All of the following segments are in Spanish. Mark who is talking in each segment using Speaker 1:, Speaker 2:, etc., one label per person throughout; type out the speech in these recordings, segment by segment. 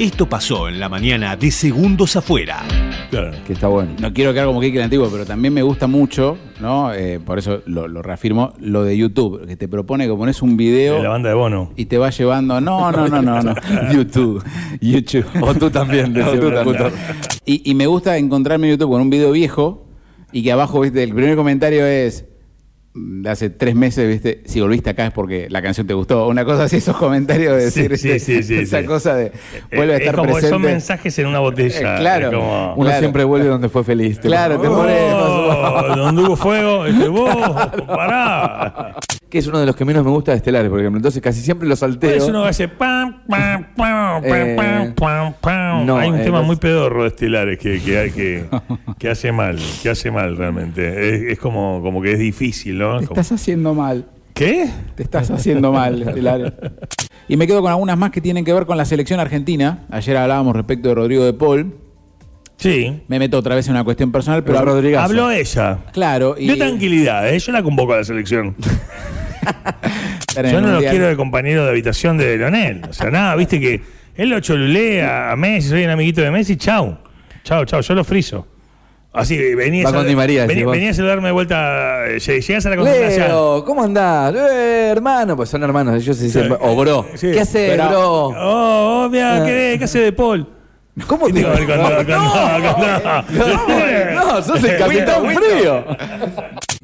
Speaker 1: Esto pasó en la mañana de Segundos Afuera.
Speaker 2: Que está bueno.
Speaker 3: No quiero quedar como Kiki el antiguo, pero también me gusta mucho, ¿no? Eh, por eso lo, lo reafirmo, lo de YouTube, que te propone que pones un video
Speaker 2: De la banda de Bono.
Speaker 3: y te va llevando. No, no, no, no, no. YouTube. YouTube.
Speaker 4: O tú también,
Speaker 3: No,
Speaker 4: decía
Speaker 3: tú
Speaker 4: un
Speaker 3: también.
Speaker 4: locutor.
Speaker 3: Y, y me gusta encontrarme en YouTube con un video viejo y que abajo, viste, el primer comentario es mm, de hace tres meses, viste, si volviste acá es porque la canción te gustó. Una cosa así, esos comentarios de
Speaker 2: Sí,
Speaker 3: decir,
Speaker 2: sí, sí,
Speaker 3: ¿viste?
Speaker 2: sí,
Speaker 3: esa
Speaker 2: sí.
Speaker 3: cosa de vuelve a
Speaker 2: Eh,
Speaker 3: estar
Speaker 2: es como
Speaker 3: presente.
Speaker 2: son mensajes en una botella.
Speaker 3: Eh, claro.
Speaker 2: Es como,
Speaker 4: Uno
Speaker 3: Claro.
Speaker 4: siempre vuelve donde fue feliz. tipo.
Speaker 3: Claro, te pone-
Speaker 2: "Oh, donde hubo fuego, este vos, pará.
Speaker 4: Que es uno de los que menos me gusta de Estelares, por ejemplo. Entonces casi siempre lo salteo.
Speaker 2: Eso uno hace pam, pam, pam, pam,
Speaker 4: Eh,
Speaker 2: pam, pam, pam.
Speaker 4: no,
Speaker 2: Hay un
Speaker 4: eh,
Speaker 2: tema
Speaker 4: no
Speaker 2: muy
Speaker 4: sé.
Speaker 2: pedorro de Estelares que, que, que, que hace mal, que hace mal realmente. Es, es como, como que es difícil, ¿no?
Speaker 3: Te
Speaker 2: Como-
Speaker 3: estás haciendo mal.
Speaker 2: ¿Qué?
Speaker 3: Te estás haciendo mal, Estelares. Y me quedo con algunas más que tienen que ver con la selección argentina. Ayer hablábamos respecto de Rodrigo de Paul.
Speaker 2: Sí.
Speaker 3: Me meto otra vez en una cuestión personal, pero.
Speaker 4: El Rodrigazo.
Speaker 2: Habló ella.
Speaker 3: Claro, y.
Speaker 2: Yo tranquilidad, ¿eh? yo la convoco a la selección.
Speaker 3: estar en
Speaker 2: Yo
Speaker 3: el
Speaker 2: no lo
Speaker 3: Mundial.
Speaker 2: quiero de compañero de habitación de Leonel. O sea, nada, viste que él lo cholulea a Messi, soy un amiguito de Messi, chau. Chau, chau, yo lo friso. Así, venía
Speaker 4: Va
Speaker 2: a
Speaker 4: con
Speaker 2: salud-
Speaker 4: Di María,
Speaker 2: vení-
Speaker 4: decís vos.
Speaker 2: venía a saludarme de vuelta, eh, lleg- llegás a la concentración.
Speaker 4: Leo, ¿cómo andás? Eh, hermano, pues son hermanos, ellos se dicen,
Speaker 2: Sí.
Speaker 4: o bro.
Speaker 2: Sí.
Speaker 4: ¿Qué haces,
Speaker 3: Pero-
Speaker 4: bro?
Speaker 2: Oh, oh, mira,
Speaker 4: Ah.
Speaker 2: ¿qué, qué hace de Paul?
Speaker 4: ¿Cómo te
Speaker 2: No, no, no, no, no,
Speaker 4: No, sos el capitán frío.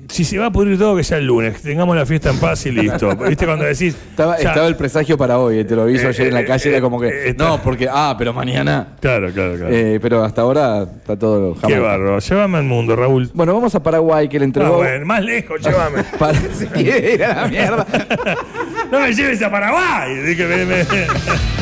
Speaker 2: Si se va a pudrir todo, que sea el lunes, que tengamos la fiesta en paz y listo. ¿Viste cuando decís?
Speaker 4: Estaba,
Speaker 2: ya-
Speaker 4: estaba el presagio para hoy, eh, te lo aviso
Speaker 2: Eh,
Speaker 4: ayer en
Speaker 2: eh,
Speaker 4: la calle,
Speaker 2: eh,
Speaker 4: era como que.
Speaker 2: eh,
Speaker 4: no, porque, ah, pero mañana.
Speaker 2: Claro, claro, claro.
Speaker 4: Eh, pero hasta ahora está todo jamás.
Speaker 2: Qué barro. Llévame al mundo, Raúl.
Speaker 4: Bueno, vamos a Paraguay, que le entregó.
Speaker 2: No, Ah, bueno, más lejos, llévame.
Speaker 4: Para-
Speaker 3: Quiere ir a la mierda.
Speaker 2: no me lleves a Paraguay. Dije, me- me-